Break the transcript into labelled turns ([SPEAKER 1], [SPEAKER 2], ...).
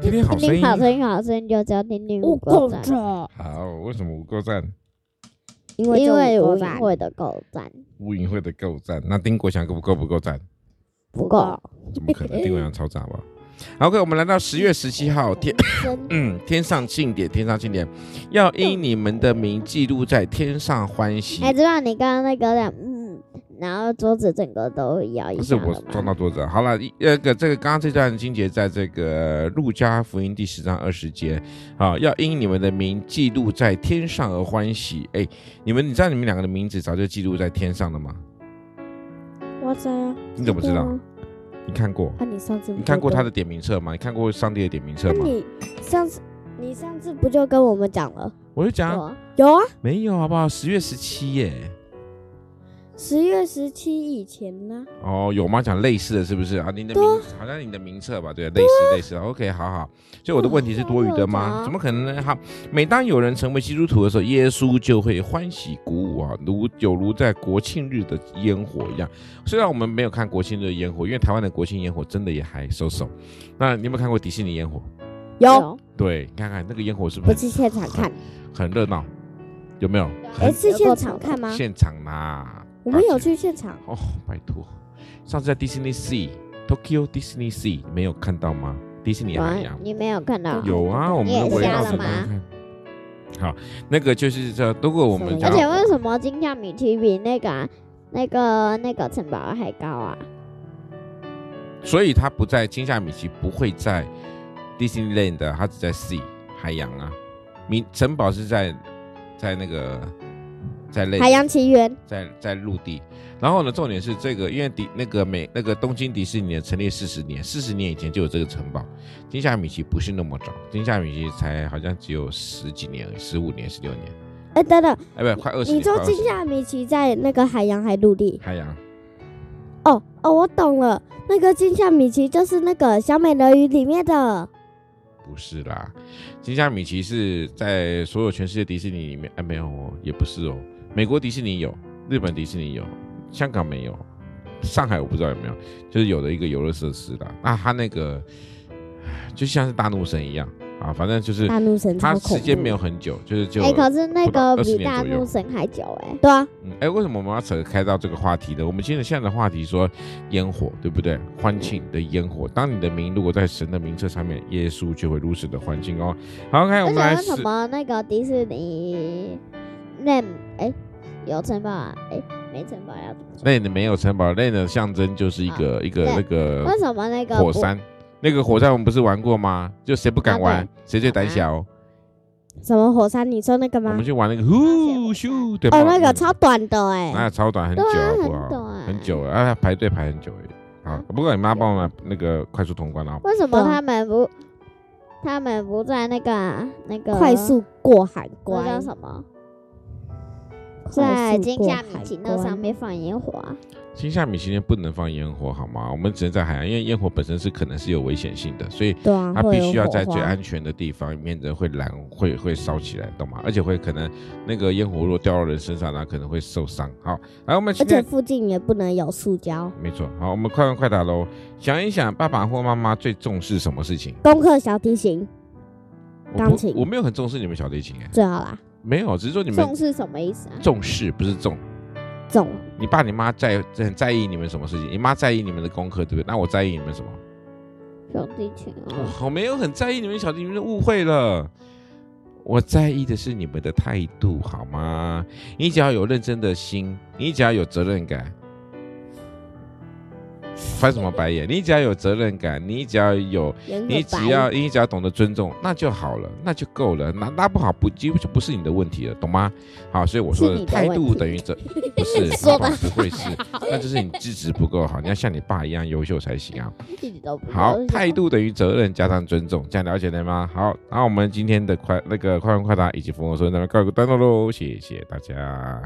[SPEAKER 1] 今天好声音啊
[SPEAKER 2] 好声音，好声音就只有听听
[SPEAKER 3] 五
[SPEAKER 2] 狗
[SPEAKER 3] 狗
[SPEAKER 2] 站，
[SPEAKER 3] 站，
[SPEAKER 1] 好，为什么无垢站？
[SPEAKER 3] 因
[SPEAKER 2] 因为
[SPEAKER 3] 就
[SPEAKER 2] 我
[SPEAKER 3] 五狗
[SPEAKER 2] 们
[SPEAKER 3] 站
[SPEAKER 2] 会的狗站
[SPEAKER 1] 乌云会的够赞，那丁国祥够不够不够赞？
[SPEAKER 2] 不够，
[SPEAKER 1] 怎么可能？丁国祥超赞好不好好？OK，我们来到十月十七号天，嗯，天上庆典，天上庆典，要因你们的名记录在天上欢喜。
[SPEAKER 2] 哎，知道你刚刚那个两嗯，然后桌子整个都摇一
[SPEAKER 1] 不是
[SPEAKER 2] 下
[SPEAKER 1] 我
[SPEAKER 2] 了
[SPEAKER 1] 撞
[SPEAKER 2] 吗？
[SPEAKER 1] 到桌子啊。好了，一那个这个刚刚这段经节在这个路加福音第十章二十节，啊，要因你们的名记录在天上而欢喜。哎，你们你知道你们两个的名字早就记录在天上了吗？
[SPEAKER 3] 哇塞，
[SPEAKER 1] 你怎么知道？
[SPEAKER 3] 啊
[SPEAKER 1] 你看过？
[SPEAKER 3] 啊，你上次
[SPEAKER 1] 你看过他
[SPEAKER 3] 的？
[SPEAKER 1] 的点名册吗？你看过上帝的点名册
[SPEAKER 3] 那
[SPEAKER 1] 吗？
[SPEAKER 3] 啊你上次你上次不就跟我们讲了？
[SPEAKER 1] 我就
[SPEAKER 2] 有
[SPEAKER 1] 讲
[SPEAKER 2] 啊
[SPEAKER 3] 有啊，
[SPEAKER 1] 没有好不好？十月十七耶。
[SPEAKER 3] 十月十七以前呢、
[SPEAKER 1] 哦，有吗？讲类似的是不是啊？你的名好像你的名册吧？对，类似类似。OK，好好。所以我的问题是多余的吗？
[SPEAKER 2] 哦
[SPEAKER 1] 怎么可能呢？好，每当有人成为基督徒的时候，耶稣就会欢喜鼓舞啊，如有如在国庆日的烟火一样。虽然我们没有看国庆日的烟火，因为台湾的国庆烟火真的也还收手。那你有没有看过迪士尼烟火？
[SPEAKER 3] 有，
[SPEAKER 1] 对，你看看那个烟火是不
[SPEAKER 2] 不
[SPEAKER 1] 是
[SPEAKER 2] 是现场看，
[SPEAKER 1] 很很热闹？有没有？很
[SPEAKER 3] 哎，是
[SPEAKER 2] 有
[SPEAKER 3] 现
[SPEAKER 2] 过场
[SPEAKER 3] 场看吗？
[SPEAKER 1] 现场啦。
[SPEAKER 3] 我们
[SPEAKER 1] 大
[SPEAKER 3] 有
[SPEAKER 1] 家
[SPEAKER 3] 去现场，
[SPEAKER 1] 哦，拜托，上次在迪士尼 Sea Tokyo Disney Sea 没有看到吗？迪士尼
[SPEAKER 2] 有啊
[SPEAKER 1] 海洋
[SPEAKER 2] 你没有看到？
[SPEAKER 1] 有啊，我们
[SPEAKER 2] 你
[SPEAKER 1] 都
[SPEAKER 2] 也
[SPEAKER 1] 围
[SPEAKER 2] 瞎
[SPEAKER 1] 绕
[SPEAKER 2] 了
[SPEAKER 1] 着
[SPEAKER 2] 吗
[SPEAKER 1] 它看。好，那个就是这，如果我们
[SPEAKER 3] 什
[SPEAKER 2] 而
[SPEAKER 3] 么
[SPEAKER 1] 讲
[SPEAKER 2] 且为什么金像米奇比那个啊、那个那个城堡还高啊？
[SPEAKER 1] 所以它不在惊吓米奇，不会在 Disneyland 的，它只在 Sea 海洋啊。米城堡是在在那个在 land
[SPEAKER 2] 海洋奇缘
[SPEAKER 1] 在在陆地。然后呢，重点是这个，因为迪那个美那个东京迪士尼的成立四十年，四十年以前就有这个城堡。金夏米奇不是那么早，金夏米奇才好像只有十几年而已，十五年、十六年，
[SPEAKER 3] 哎，等等，
[SPEAKER 1] 哎，不，快二十
[SPEAKER 3] 你
[SPEAKER 1] 年。
[SPEAKER 3] 说
[SPEAKER 1] 快20
[SPEAKER 3] 惊
[SPEAKER 1] 年
[SPEAKER 3] 吓米奇在那个海洋还陆地？
[SPEAKER 1] 海洋？
[SPEAKER 3] 哦哦，我懂了，那个惊吓米奇就是那个小美人鱼里面的。
[SPEAKER 1] 不是啦，金夏米奇是在所有全世界迪士尼里面，哎，没有哦，也不是哦，美国迪士尼有，日本迪士尼有，香港没有，上海我不知道有没有，就是有的一个游乐设施啦。那它那个唉就像是大怒神一样啊，反正就是
[SPEAKER 2] 嗯
[SPEAKER 3] 大怒神超
[SPEAKER 1] 它
[SPEAKER 3] 恐怖。
[SPEAKER 1] 时间没有很久，就是就
[SPEAKER 2] 哎、可是那
[SPEAKER 1] 不到
[SPEAKER 2] 个
[SPEAKER 1] 20
[SPEAKER 2] 比
[SPEAKER 1] 年
[SPEAKER 2] 大
[SPEAKER 1] 左右
[SPEAKER 2] 怒神还久哎、
[SPEAKER 3] 对啊，
[SPEAKER 1] 嗯哎、为什么我们要扯开到这个话题呢？我们今天现在的话题说烟火，对不对？欢庆的烟火，当你的名如果在神的名册上面，耶稣就会如此的欢庆哦。好，OK，我
[SPEAKER 2] 而
[SPEAKER 1] 们
[SPEAKER 2] 且
[SPEAKER 1] 来
[SPEAKER 2] 为什
[SPEAKER 1] 试。
[SPEAKER 2] 么那个迪士尼那哎、有城堡啊？哎、没城堡要怎么说？
[SPEAKER 1] 那你没有城堡，那的象征就是一个、一个
[SPEAKER 2] 对
[SPEAKER 1] 那个
[SPEAKER 2] 为什么那个
[SPEAKER 1] 呃火
[SPEAKER 2] 不
[SPEAKER 1] 山。那个火山我们不是玩过吗？就谁不
[SPEAKER 2] 啊
[SPEAKER 1] 敢
[SPEAKER 2] 对
[SPEAKER 1] 玩，谁最
[SPEAKER 2] 好
[SPEAKER 1] 胆
[SPEAKER 2] 吧
[SPEAKER 1] 小。
[SPEAKER 3] 什么火山？你说那个
[SPEAKER 1] 我
[SPEAKER 3] 吗
[SPEAKER 1] 们？去玩那个
[SPEAKER 2] 火
[SPEAKER 1] 呼
[SPEAKER 2] 山
[SPEAKER 1] 咻，对吧？嗯
[SPEAKER 3] 哦，那个超短的哎、
[SPEAKER 1] 那超短很久，
[SPEAKER 2] 对啊
[SPEAKER 1] 好不
[SPEAKER 2] 很
[SPEAKER 1] 好？
[SPEAKER 2] 短嗯
[SPEAKER 1] 很久了，啊，排队排很久哎。好，不过你妈帮我们那个快速通关了哦。
[SPEAKER 2] 为什么
[SPEAKER 3] 对啊
[SPEAKER 2] 他们不他们不在那个啊、那个
[SPEAKER 3] 快速过海关
[SPEAKER 2] 那，叫什么？
[SPEAKER 3] 快
[SPEAKER 2] 在
[SPEAKER 3] 速
[SPEAKER 2] 金
[SPEAKER 3] 过
[SPEAKER 2] 夏米奇
[SPEAKER 3] 海
[SPEAKER 2] 那
[SPEAKER 3] 关
[SPEAKER 2] 上面放烟火啊？
[SPEAKER 1] 新夏米其天不能放烟火，好吗？我们只能在海洋，因为烟火本身是可能是有危险性的，所以
[SPEAKER 3] 对啊，
[SPEAKER 1] 它
[SPEAKER 3] 会
[SPEAKER 1] 必
[SPEAKER 3] 有
[SPEAKER 1] 须要
[SPEAKER 3] 火
[SPEAKER 1] 在最
[SPEAKER 3] 花
[SPEAKER 1] 安全的地方，免得会燃，会会烧起来，懂吗？而且会可能那个烟火如果掉到人身上，那可能会受伤。好，来我们
[SPEAKER 3] 而
[SPEAKER 1] 今
[SPEAKER 3] 且
[SPEAKER 1] 天
[SPEAKER 3] 附近也不能有塑胶。
[SPEAKER 1] 没错，好，我们快问快答喽。想一想，爸爸或妈妈最重视什么事情？
[SPEAKER 3] 功课小提醒
[SPEAKER 1] 我不
[SPEAKER 3] 钢琴
[SPEAKER 1] 我没有很重视你们小提琴，哎，
[SPEAKER 3] 最好啦，
[SPEAKER 1] 没有，只是说你们
[SPEAKER 2] 重是什么意思啊？
[SPEAKER 1] 重视，不是重。
[SPEAKER 3] 重
[SPEAKER 1] 你爸你妈在很在意你们什么事情？你妈在意你们的功课，对不对？那我在意你们什么？
[SPEAKER 2] 兄弟情
[SPEAKER 1] 我
[SPEAKER 2] 哦，
[SPEAKER 1] 好没有很在意你们小弟，你们误会了。我在意的是你们的态度，好吗？你只要有认真的心，你只要有责任感，翻什么白眼？你只要有责任感，你只要有，
[SPEAKER 2] 圆个
[SPEAKER 1] 你
[SPEAKER 2] 白
[SPEAKER 1] 只要你只要懂得尊重，那就好了，那就够了。那那不好不就就不是你的问题了，懂吗？好，所以我说
[SPEAKER 2] 是
[SPEAKER 1] 的
[SPEAKER 2] 你的
[SPEAKER 1] 态
[SPEAKER 2] 问
[SPEAKER 1] 度
[SPEAKER 2] 题
[SPEAKER 1] 等于 责，不是
[SPEAKER 2] 说吧
[SPEAKER 1] 好不会是，那就是你资质不够好，你要像你爸一样优秀才行啊。
[SPEAKER 2] 一点都不
[SPEAKER 1] 好
[SPEAKER 2] 高，兴
[SPEAKER 1] 态度等于责任加上尊重，这样了解了吗？好，那我们今天的快那个快问快答以及服务说，咱们告一个段落喽，谢谢大家。